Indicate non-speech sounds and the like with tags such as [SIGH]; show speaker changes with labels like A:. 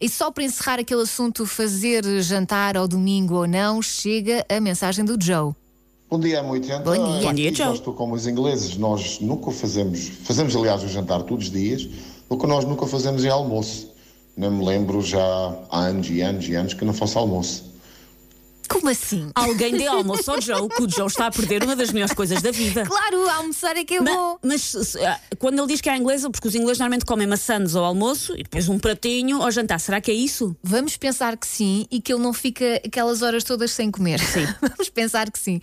A: E só para encerrar aquele assunto, fazer jantar ao domingo ou não, chega a mensagem do Joe.
B: Bom dia, M80.
A: Bom dia. Bom dia,
B: Aqui
A: Joe.
B: Nós estou como os ingleses, nós nunca fazemos, fazemos aliás o jantar todos os dias, o que nós nunca fazemos é almoço. Não me lembro já há anos e anos e anos que não faço almoço.
A: Como assim?
C: Alguém dê almoço ao Joe, que o Joe está a perder uma das melhores coisas da vida.
A: Claro, almoçar é que é
C: Ma-
A: bom.
C: Mas, se- se- ah, quando ele diz que é à inglesa, porque os ingleses normalmente comem maçãs ao almoço e depois um pratinho ao jantar, será que é isso?
A: [LAUGHS] Vamos pensar que sim e que ele não fica aquelas horas todas sem comer. Sim. Vamos pensar que sim.